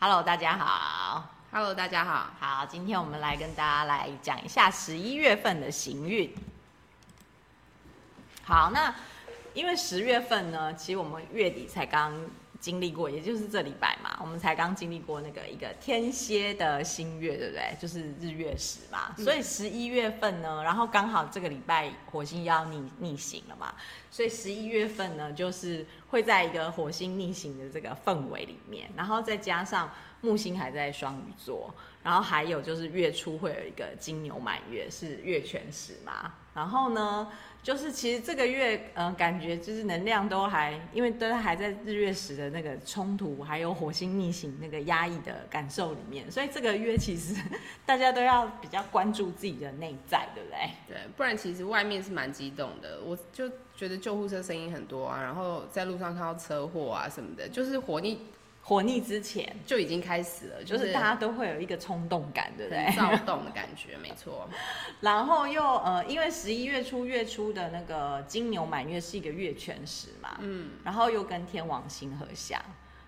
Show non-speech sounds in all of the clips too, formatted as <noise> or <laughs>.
Hello，大家好。 Hello，大家好。好，今天我们来跟大家来讲一下十一月份的行运。好，那因为十月份呢，其实我们月底才刚经历过，也就是这礼拜嘛，我们才刚经历过那个一个天蝎的新月，对不对？就是日月食嘛。所以十一月份呢，然后刚好这个礼拜火星要逆逆行了嘛，所以十一月份呢，就是会在一个火星逆行的这个氛围里面，然后再加上木星还在双鱼座，然后还有就是月初会有一个金牛满月，是月全食嘛。然后呢，就是其实这个月，呃，感觉就是能量都还，因为都还在日月食的那个冲突，还有火星逆行那个压抑的感受里面，所以这个月其实大家都要比较关注自己的内在，对不对？对，不然其实外面是蛮激动的，我就觉得救护车声音很多啊，然后在路上看到车祸啊什么的，就是火力火逆之前，就已经开始了，就是是大家都会有一个冲动感，对不对？很躁动的感觉， <laughs> 没错。然后又呃，因为十一月初月初的那个金牛满月是一个月全食嘛，嗯，然后又跟天王星合相，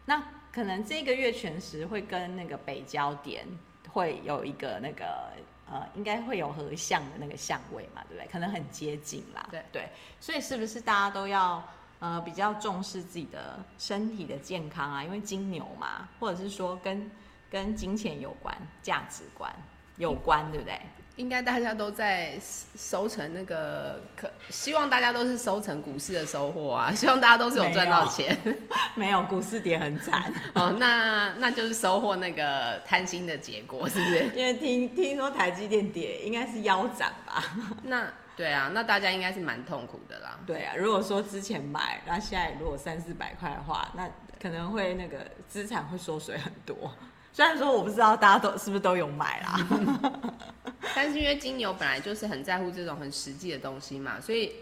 那可能这个月全食会跟那个北交点会有一个那个呃，应该会有合相的那个相位嘛，对不对？可能很接近啦，对对，所以是不是大家都要？呃，比较重视自己的身体的健康啊，因为金牛嘛，或者是说跟跟金钱有关、价值观有关，对不对？应该大家都在收成那个，可希望大家都是收成股市的收获啊， <laughs> 希望大家都是有赚到钱。 <laughs> 没有，股市跌很惨， <laughs> 哦，那那就是收获那个贪心的结果，是不是？ <laughs> 因为听听说台积电跌，应该是腰斩吧？那对啊，那大家应该是蛮痛苦的啦。对啊，如果说之前买，那现在如果三四百块的话，那可能会那个资产会缩水很多。虽然说我不知道大家都是不是都有买啦，但是因为金牛本来就是很在乎这种很实际的东西嘛，所以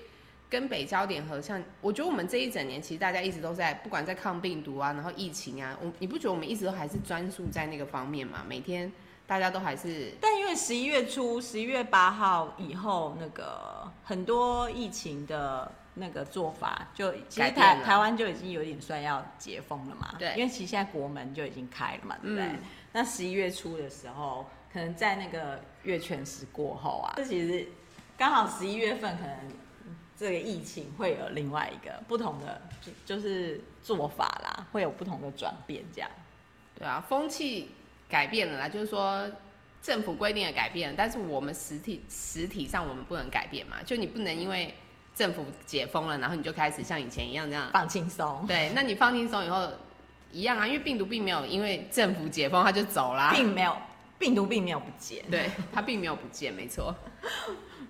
跟北焦点合像，我觉得我们这一整年其实大家一直都在，不管在抗病毒啊，然后疫情啊，我你不觉得我们一直都还是专注在那个方面嘛？每天大家都还是但因为十一月初，十一月八号以后，那个很多疫情的那个做法，就其实改台变了台湾就已经有点算要解封了嘛。对因为其实现在国门就已经开了嘛，对不对？嗯那十一月初的时候，可能在那个月全食过后啊，这其实刚好十一月份可能。这个疫情会有另外一个不同的，就就是做法啦，会有不同的转变，这样。对啊，风气改变了啦，就是说政府规定也改变了，但是我们实体实体上我们不能改变嘛，就你不能因为政府解封了，然后你就开始像以前一样这样放轻松，对，那你放轻松以后一样啊，因为病毒并没有因为政府解封它就走啦，并没有病毒并没有不减，对，它并没有不见，没错。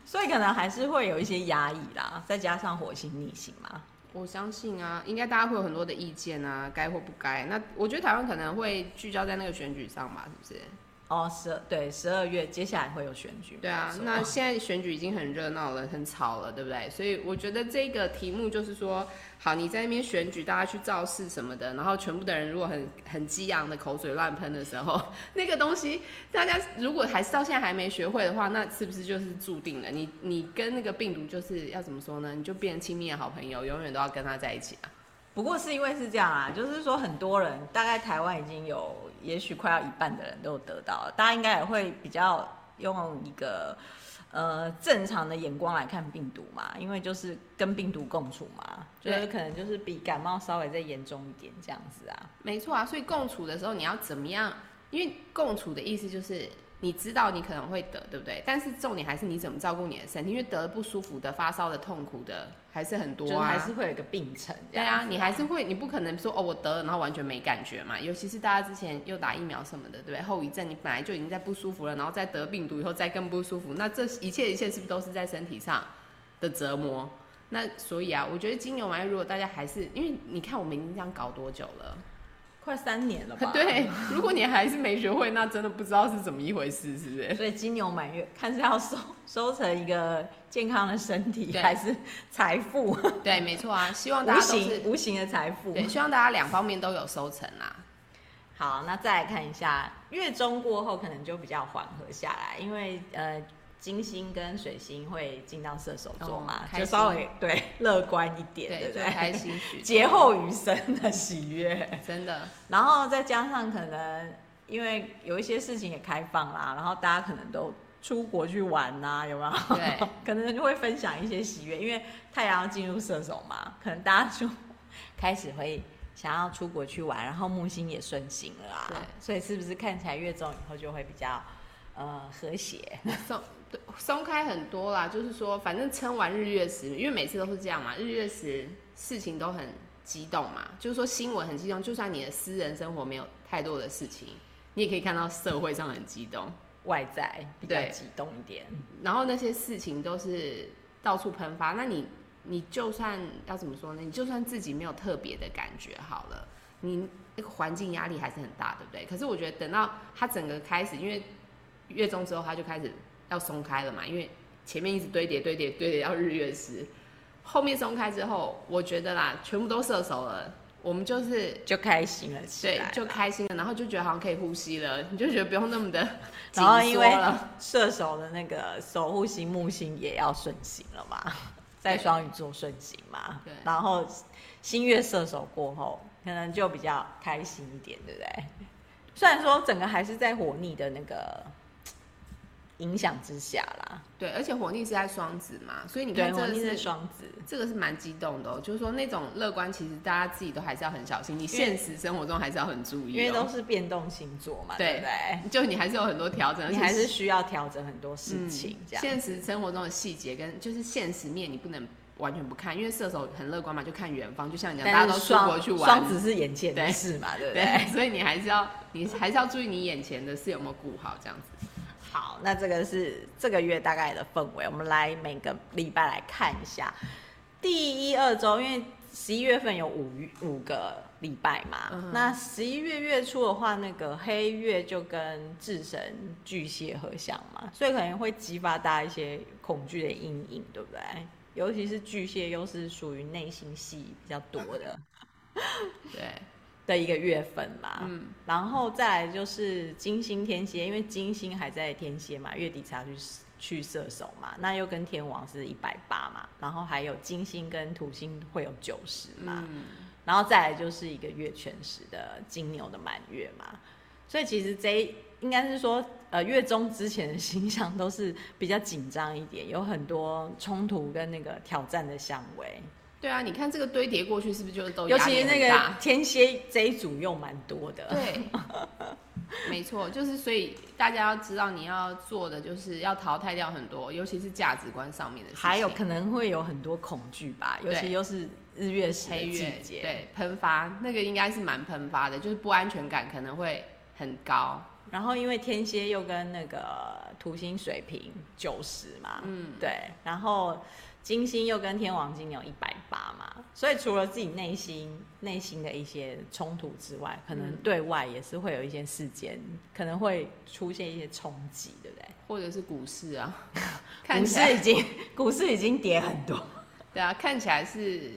所以可能还是会有一些压抑啦，再加上火星逆行嘛，我相信啊，应该大家会有很多的意见啊，该或不该。那我觉得台湾可能会聚焦在那个选举上吧，是不是？哦，十二对十二月接下来会有选举嘛，哦对啊没，错那现在选举已经很热闹了，很吵了，对不对？所以我觉得这个题目就是说，好，你在那边选举，大家去造势什么的，然后全部的人如果很很激昂的口水乱喷的时候， <laughs> 那个东西，大家如果还是到现在还没学会的话，那是不是就是注定了？你你跟那个病毒就是要怎么说呢？你就变成亲密的好朋友，永远都要跟他在一起啊。不过是因为是这样啊，就是说很多人大概台湾已经有，也许快要一半的人都有得到了，大家应该也会比较用一个呃正常的眼光来看病毒嘛，因为就是跟病毒共处嘛，就是对可能就是比感冒稍微再严重一点这样子啊，没错啊，所以共处的时候你要怎么样？因为共处的意思就是你知道你可能会得，对不对？但是重点还是你怎么照顾你的身体，因为得了不舒服的、发烧的、痛苦的还是很多就是啊。还是会有一个病程这对样啊子，你还是会，你不可能说哦，我得了，然后完全没感觉嘛。尤其是大家之前又打疫苗什么的，对不对？后遗症你本来就已经在不舒服了，然后再得病毒以后再更不舒服，那这一切一切是不是都是在身体上的折磨？那所以啊，我觉得金牛嘛，如果大家还是因为你看我们已经这样搞多久了，？快三年了吧 <laughs> 对，如果你还是没学会，那真的不知道是怎么一回事，是不 <laughs> 是？所以金牛满月看是要收收成一个健康的身体，对还是财富？对，没错啊，希望大无家都是形无形的财富。对，希望大家两方面都有收成啊啦。好，那再来看一下月中过后，可能就比较缓和下来，因为呃。金星跟水星会进到射手座嘛哦，开就心稍微对乐观一点， <laughs> 对对，不就对？开心许多劫后余生的喜悦，真的，然后再加上可能因为有一些事情也开放啦，然后大家可能都出国去玩呐、有没有？对， <laughs> 可能就会分享一些喜悦，因为太阳要进入射手嘛，可能大家就 <laughs> 开始会想要出国去玩，然后木星也顺行了啊对，所以是不是看起来月中以后就会比较呃和谐？松对松开很多啦，就是说，反正撑完日月食，因为每次都是这样嘛，日月食事情都很激动嘛，就是说新闻很激动，就算你的私人生活没有太多的事情，你也可以看到社会上很激动，外在比较对激动一点，然后那些事情都是到处喷发，那你你就算要怎么说呢？你就算自己没有特别的感觉好了，你那个环境压力还是很大，对不对？可是我觉得等到它整个开始，因为月中之后它就开始要松开了嘛，因为前面一直堆叠堆叠堆叠到日月食，后面松开之后，我觉得啦，全部都射手了，我们就是。就开心了起对来，。就开心了，然后就觉得好像可以呼吸了，你就觉得不用那么的紧然后因缩为了。射手的那个守护星木星也要顺行了嘛，在对双鱼座顺行嘛对，然后新月射手过后，可能就比较开心一点，对不对？虽然说整个还是在火逆的那个影响之下啦，对，而且火逆是在双子嘛，所以你对，看这火个逆是是双子，这个是蛮激动的、哦，就是说那种乐观，其实大家自己都还是要很小心，你现实生活中还是要很注意、哦，因为都是变动星座嘛，对对不对？就你还是有嗯很多调整，而你且还是需要调整很多事情，这样现实生活中的细节跟就是现实面你不能完全不看，因为射手很乐观嘛，就看远方，就像你讲，大但家都是出国双去玩双，子是眼前的对事嘛，对不对？对，所以你还是要你还是要注意你眼前的事有没有顾好，这样子。好，那这个是这个月大概的氛围，我们来每个礼拜来看一下。第一二周，因为十一月份有五五个礼拜嘛，嗯哼那十一月月初的话，那个黑月就跟智神巨蟹合相嘛，所以可能会激发大家一些恐惧的阴影，对不对？尤其是巨蟹又是属于内心戏比较多的对，的一个月份嘛，嗯，然后再来就是金星天蝎，因为金星还在天蝎嘛，月底才去去射手嘛，那又跟天王是一百八嘛，然后还有金星跟土星会有九十嘛，嗯，然后再来就是一个月全食的金牛的满月嘛，所以其实这一应该是说，呃，月中之前的形象都是比较紧张一点，有很多冲突跟那个挑战的相位，对啊，你看这个堆叠过去是不是就是都尤压力其很那个大天蝎这一组又蛮多的， <laughs> 对，没错，就是所以大家要知道你要做的就是要淘汰掉很多，尤其是价值观上面的事情，还有可能会有很多恐惧吧，尤对其又是日月食的黑季月节，对喷发那个应该是蛮喷发的，就是不安全感可能会很高。然后因为天蝎又跟那个土星水平九十嘛，嗯，对，然后金星又跟天王金牛一百八嘛，所以除了自己内心内心的一些冲突之外，可能嗯对外也是会有一些事件，可能会出现一些冲击，对不对？或者是股市 <laughs> 啊，看股起市来已经股市已经跌很多，对啊，看起来是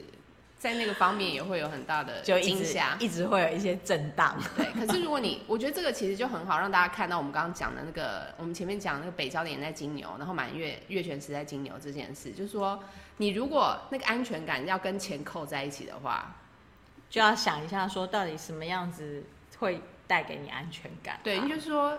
在那个方面也会有很大的就一惊直吓，一直会有一些震荡，对，可是如果你，我觉得这个其实就很好，让大家看到我们刚刚讲的那个，我们前面讲那个北焦点在金牛，然后满月月全食在金牛这件事，就是说你如果那个安全感要跟钱扣在一起的话，就要想一下，说到底什么样子会带给你安全感、对，就是说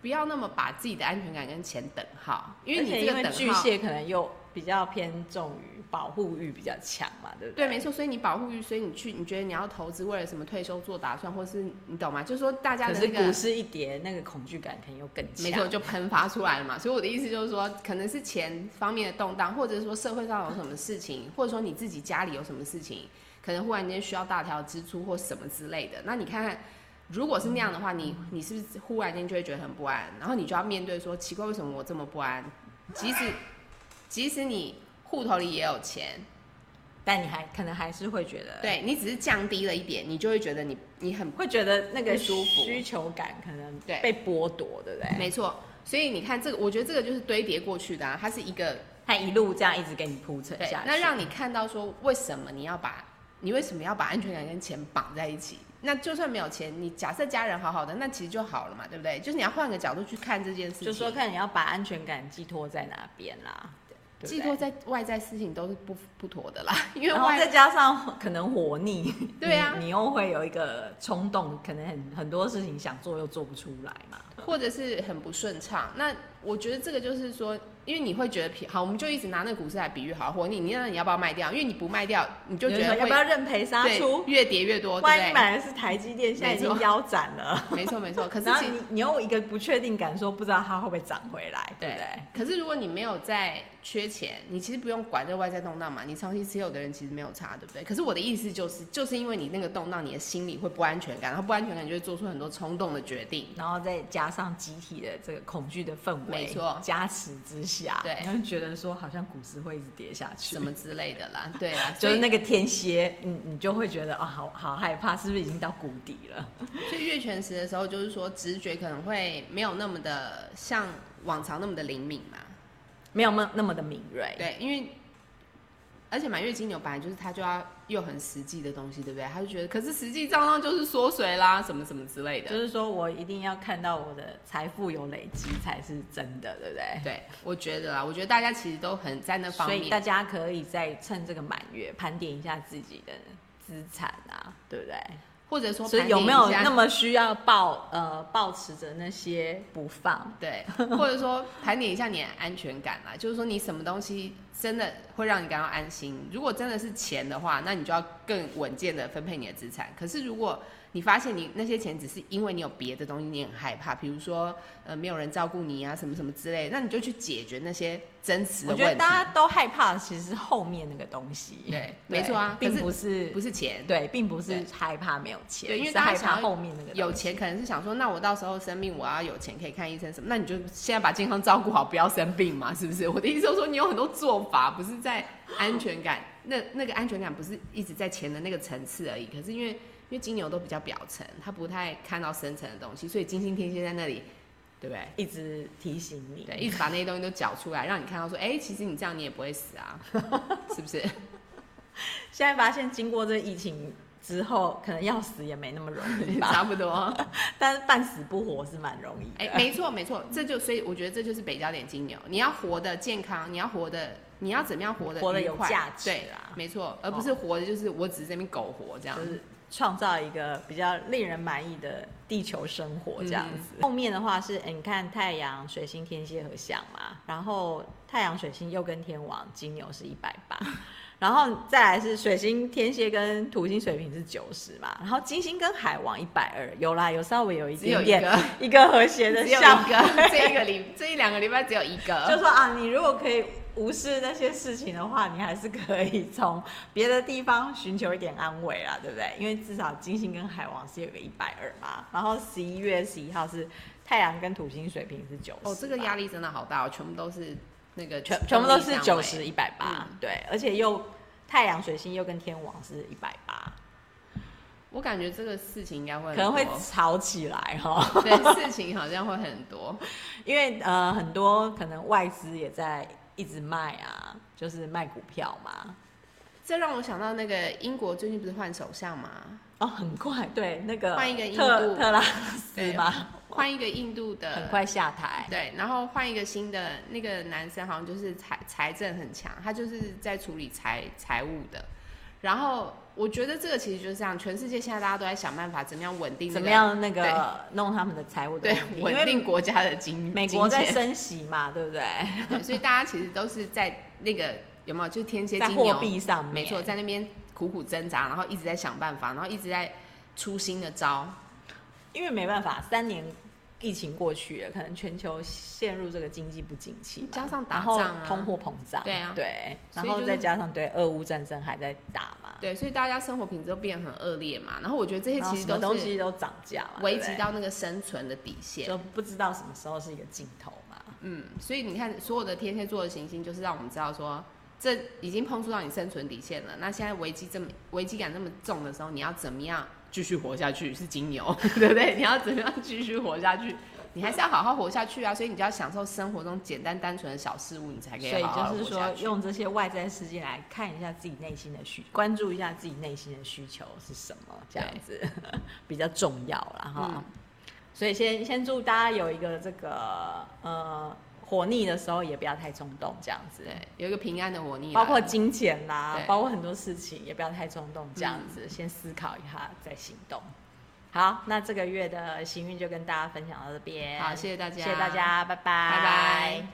不要那么把自己的安全感跟钱等号，因为而且你这因个为等巨号，蟹可能又比较偏重于保护欲比较强嘛，对不对，对？没错，所以你保护欲，所以你去，你觉得你要投资，为了什么退休做打算，或是你懂吗？就是说大家可的是那个股市一跌，那个恐惧感肯定又更强。没错，，就喷发出来了嘛。所以我的意思就是说，可能是钱方面的动荡，或者是说社会上有什么事情，或者说你自己家里有什么事情，可能忽然间需要大条支出或什么之类的。那你看看，如果是那样的话，你你是不是忽然间就会觉得很不安？然后你就要面对说，奇怪，为什么我这么不安？即使即使你户头里也有钱，但你还可能还是会觉得，，对你只是降低了一点，你就会觉得你你很会觉得那个不舒服需求感可能对被剥夺，对不对？没错。所以你看这个，我觉得这个就是堆叠过去的、啊，它是一个他一路这样一直给你铺陈对下，去，那让你看到说为什么你要把你为什么要把安全感跟钱绑在一起？那就算没有钱，你假设家人好好的，那其实就好了嘛，对不对？就是你要换个角度去看这件事情，就说看你要把安全感寄托在哪边啦，对不对寄托，在外在事情都是不不妥的啦， <laughs> 因为然后外再加上可能活腻，对啊你你又会有一个冲动，可能很很多事情想做又做不出来嘛。或者是很不顺畅。那我觉得这个就是说，因为你会觉得便好，我们就一直拿那个股市来比喻好，或你你那你要不要卖掉？因为你不卖掉，你就觉有人得说要会不要认赔杀对出？越叠越多，万一对不买的是台积电，现在已没经错腰斩了。对？没错没错。可是然后其实你你又一个不确定感，说不知道它会不会涨回来，对不对？可是如果你没有在缺钱，你其实不用管这个外在动荡嘛。你长期持有的人其实没有差，对不对？可是我的意思就是，就是因为你那个动荡，你的心里会不安全感，然后不安全感就会做出很多冲动的决定。然后再加上集体的这个恐惧的氛围，没错加持之下，对你会觉得说好像股市会一直跌下去，什么之类的啦， <laughs> 对 <laughs> 啊，就是所以那个天蝎，你你就会觉得啊、好好害怕，是不是已经到谷底了？所以月全食的时候，就是说直觉可能会没有那么的像往常那么的灵敏嘛，没有那么那么的敏锐，对，因为而且满月金牛本来就是他就要又很实际的东西，对不对？他就觉得，可是实际账上就是缩水啦，什么什么之类的就。是说我一定要看到我的财富有累积才是真的，对不对？对，我觉得啊啦，我觉得大家其实都很在那方所以大面。家可以再趁这个满月盘点一下自己的资产啊，对不对？或者说所以盘有点没有一下那么需要抱呃抱持着那些不放？对，或者说盘点一下你的安全感啦， <laughs> 就是说你什么东西真的会让你感到安心。如果真的是钱的话，那你就要更稳健的分配你的资产。可是如果你发现你那些钱只是因为你有别的东西，你很害怕，比如说呃没有人照顾你啊，什么什么之类的，那你就去解决那些真实的我问觉得题。大家都害怕，其实是后面那个东西。对没错啊并可是不是不是钱，对，并不是对害怕没有钱，对因为是大家害想怕要后面那个东西有钱可能是想说，那我到时候生病，我要有钱可以看医生什么，那你就现在把健康照顾好，不要生病嘛，是不是？我的意思就是说，你有很多做法，不是在安全感，那那个安全感不是一直在钱的那个层次而已。可是因为因为金牛都比较表层，他不太看到深层的东西，所以金星天蝎在那里，对不对？一直提醒你。对，一直把那些东西都搅出来，让你看到说，哎、其实你这样你也不会死啊，是不是？ <laughs> 现在发现经过这疫情之后，可能要死也没那么容易吧， <laughs> 差不多。但是半死不活是蛮容易的。哎、没错没错，这就所以我觉得这就是北焦点金牛，你要活得健康，你要活得，你要怎么样活得活得愉有快价值对啊没错，而不是活的就是我只是这边苟活这样就。是创造一个比较令人满意的地球生活这样子。嗯后面的话是，哎你看太阳、水星、天蝎合相嘛，然后太阳、水星又跟天王金牛是一百八， <laughs> 然后再来是水星、天蝎跟土星水瓶是九十嘛，然后金星跟海王一百二，有啦，有稍微有一只有点一点个， <laughs> 一个和谐的只有一效果， <laughs> 个，这一个礼，这一两个礼拜只有一 <laughs> 就个。说啊，你如果可以无视那些事情的话，你还是可以从别的地方寻求一点安慰啦，对不对？因为至少金星跟海王是有个一百二嘛，然后十一月十一号是太阳跟土星水平是九十，哦，这个压力真的好大哦，全部都是那个全全部都是逆向九位十一百八嗯，对，而且又太阳水星又跟天王是一百八，我感觉这个事情应该会可很能会多吵起来哈、哦， <laughs> 对事情好像会很多。因为呃很多可能外资也在一直卖啊，就是卖股票嘛。这让我想到那个英国最近不是换首相吗？哦，很快，对，那个换一个印特度特拉斯对呃嘛，换一个印度的，很快下台。对，然后换一个新的那个男生，好像就是财财政很强，他就是在处理财财务的。然后我觉得这个其实就是这样，全世界现在大家都在想办法怎么样稳定、怎么？样那个弄他们的财务的对，问题？因稳为定国家的经美国在经升息嘛，对不对？钱对所以大家其实都是在那个有没有就是天蝎在金货牛，币上面，没错，在那边苦苦挣扎，然后一直在想办法，然后一直在出新的招。因为没办法，三年疫情过去了，可能全球陷入这个经济不景气嘛，加上打然后仗啊通货膨胀，对啊对，所然以后就是再加上对俄乌战争还在打嘛，对，所以大家生活品质都变很恶劣嘛。然后我觉得这些然后其什实么都东是西都涨价嘛，危对不及对到那个生存的底线。就不知道什么时候是一个尽头嘛。嗯，所以你看，所有的天蝎座的行星，就是让我们知道说，这已经碰触到你生存底线了。那现在危机这么危机感这么重 <laughs> 的时候，你要怎么样继续活下去？是金牛，对不对？你要怎么样继续活下去？你还是要好好活下去啊！所以你就要享受生活中简单单纯的小事物，你才可所以好好就是活下说，去用这些外在世界来看一下自己内心的需，关注一下自己内心的需求是什么，这样子比较重要了哈。嗯所以先先祝大家有一个这个呃活腻的时候，也不要太冲动，这样子。对，有一个平安的活腻啦，包括金钱啦对，嗯包括很多事情，也不要太冲动，这样子、先思考一下再行动。好，那这个月的行运就跟大家分享到这边。好，谢谢大家，谢谢大，家，拜拜，拜拜。